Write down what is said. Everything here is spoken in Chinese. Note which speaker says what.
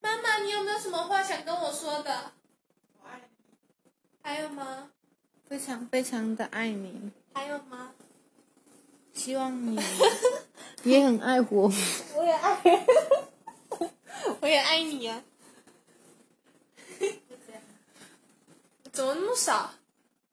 Speaker 1: 你有没有什么话想跟我说的？
Speaker 2: 我爱你，
Speaker 1: 还有吗？
Speaker 3: 非常非常的爱你，
Speaker 1: 还有吗？
Speaker 3: 希望你也很爱我。
Speaker 1: 我也爱，我也 爱你啊！怎么那么少？